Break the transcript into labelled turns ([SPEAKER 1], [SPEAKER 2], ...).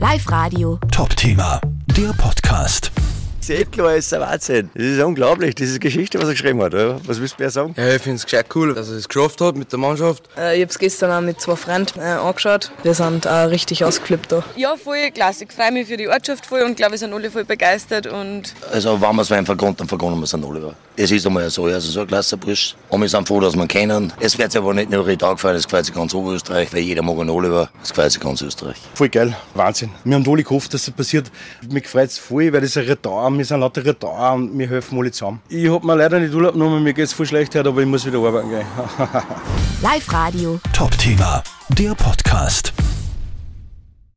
[SPEAKER 1] Live Radio.
[SPEAKER 2] Top-Thema, der Podcast.
[SPEAKER 3] Das Eckler oh, ist ein Wahnsinn. Das ist unglaublich, diese Geschichte, was er geschrieben hat. oder? Was willst du mehr sagen?
[SPEAKER 4] Ja, ich finde es gescheit cool, dass er es geschafft hat mit der Mannschaft.
[SPEAKER 5] Äh, ich hab's gestern auch mit zwei Freunden äh, angeschaut. Wir sind auch richtig ausgeflippt da.
[SPEAKER 6] Ja, voll klasse. Ich freue mich für die Ortschaft voll und glaube, wir sind alle voll begeistert. Und
[SPEAKER 7] Also wenn wir es wem vergrund, dann vergrund wir es an Oliver. Es ist einmal so, also so ein klasse Bursch. Und wir sind froh, dass wir ihn kennen. Es wird sich aber nicht nur Ried gefallen, es gefällt sich ganz Oberösterreich, weil jeder mag einen Oliver. Es gefällt sich ganz Österreich.
[SPEAKER 8] Voll geil, Wahnsinn. Wir haben alle gehofft, dass das passiert. Mich freut es voll, weil das ein Retard, wir sind lauter Retard und wir helfen alle zusammen. Ich hab mir leider nicht Urlaub genommen, mir geht's voll schlecht heute, aber ich muss wieder arbeiten gehen.
[SPEAKER 1] Live Radio.
[SPEAKER 2] Top-Thema, der Podcast.